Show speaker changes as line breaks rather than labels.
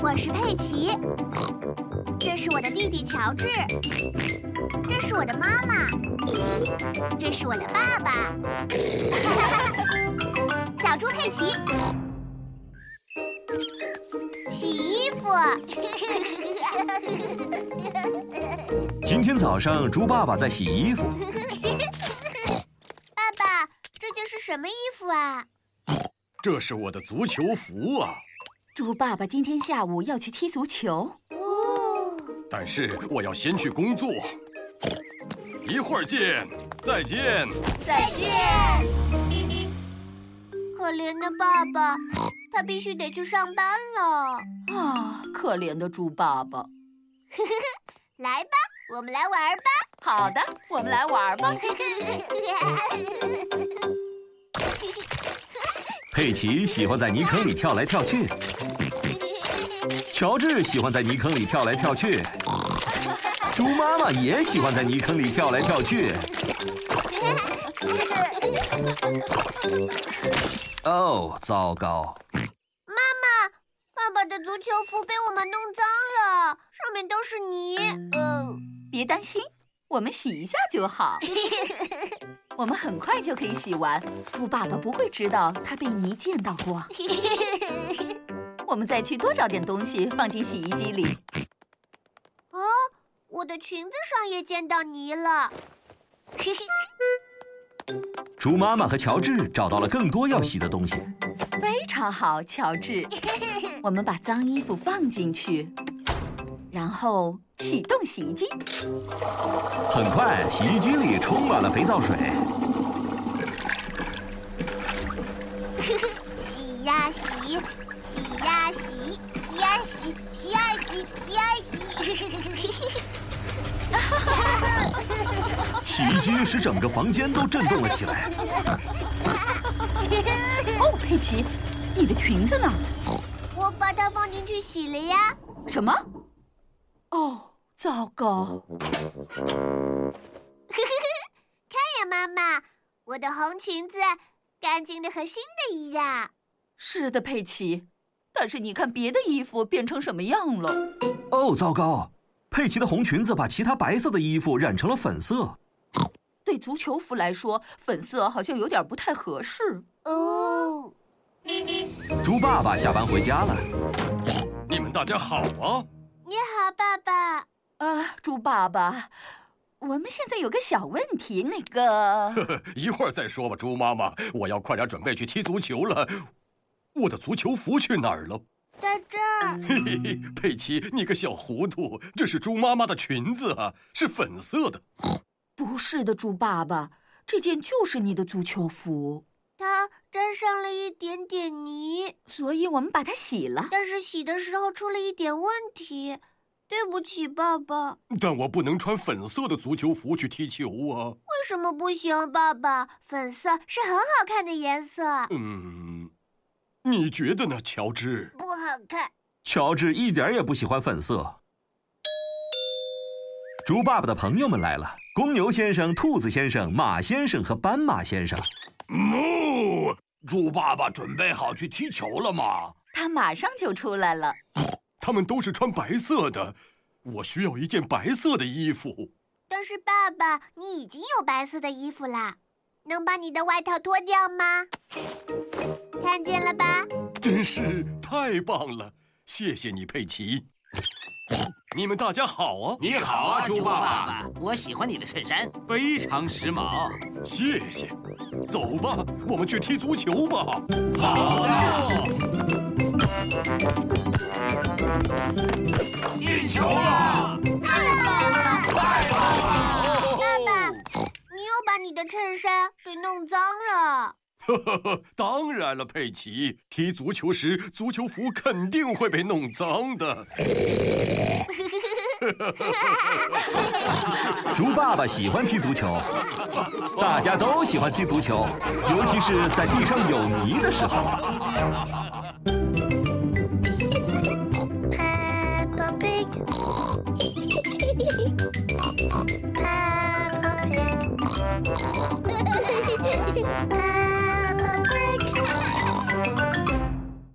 我是佩奇，这是我的弟弟乔治，这是我的妈妈，这是我的爸爸， 小猪佩奇，洗衣服。
今天早上，猪爸爸在洗衣服。
爸爸，这件是什么衣服啊？
这是我的足球服啊，
猪爸爸今天下午要去踢足球，
哦，
但是我要先去工作。一会儿见，再见。
再见。
可怜的爸爸，他必须得去上班了。
啊，可怜的猪爸爸。
来吧，我们来玩吧。
好的，我们来玩吧。
佩奇喜欢在泥坑里跳来跳去，乔治喜欢在泥坑里跳来跳去，猪妈妈也喜欢在泥坑里跳来跳去。哦，糟糕！
爸爸的足球服被我们弄脏了，上面都是泥。哦，
别担心，我们洗一下就 好。我们很快就可以洗完，猪爸爸不会知道他被泥溅到 过。我们再去多找点东西放进洗衣机里。
我的裙子上也溅到泥了。
猪妈妈和乔治找到了更多要洗的东西。
非常好，乔 治。我们把脏衣服放进去，然后启动洗衣机。
很快，洗衣机里充满了肥皂水。
洗呀洗，洗呀洗，洗呀洗，洗呀洗，洗呀洗。
洗衣机使整个房间都震动了起来。
哦，佩奇，你的裙子呢？
我把它放进去洗了呀。哎
什么？哦，糟糕！
哎呀，妈妈，我的红裙子干净的和新的一样。
是的，佩奇。但是你看别的衣服变成什么样了？
哦，糟糕！佩奇的红裙子把其他白色的衣服染成了粉色。
对足球服来说，粉色好像有点不太合适。
哦，
猪爸爸下班回家了。
你们大家好啊，
你好，爸爸。
啊，猪爸爸，我们现在有个小问题，那个
一会儿再说吧，猪妈妈。我要快点准备去踢足球了。我的足球服去哪儿了？
在这儿，
嘿嘿嘿，佩奇，你个小糊涂，这是猪妈妈的裙子啊，是粉色的。
不是的，猪爸爸，这件就是你的足球服，
它沾上了一点点泥，
所以我们把它洗了。
但是洗的时候出了一点问题。对不起，爸爸。
但我不能穿粉色的足球服去踢球啊。
为什么不行，爸爸？粉色是很好看的颜色，
嗯，你觉得呢，乔治？
不好看。
乔治一点儿也不喜欢粉色。猪爸爸的朋友们来了，公牛先生、兔子先生、马先生和斑马先生。
哦，猪爸爸准备好去踢球了吗？
它马上就出来了。
他们都是穿白色的，我需要一件白色的衣服。
但是爸爸，你已经有白色的衣服啦，能把你的外套脱掉吗？看见了吧？
真是太棒了，谢谢你，佩奇。你们大家好啊，
你好啊，猪爸爸。
爸，我喜欢你的衬衫，非常时髦。
谢谢。走吧，我们去踢足球吧。
好
啊，
进球了！
爸爸，你又把你的衬衫给弄脏了。
当然了，佩奇，踢足球时足球服肯定会被弄脏的。
猪爸爸喜欢踢足球，大家都喜欢踢足球，尤其是在地上有泥的时候。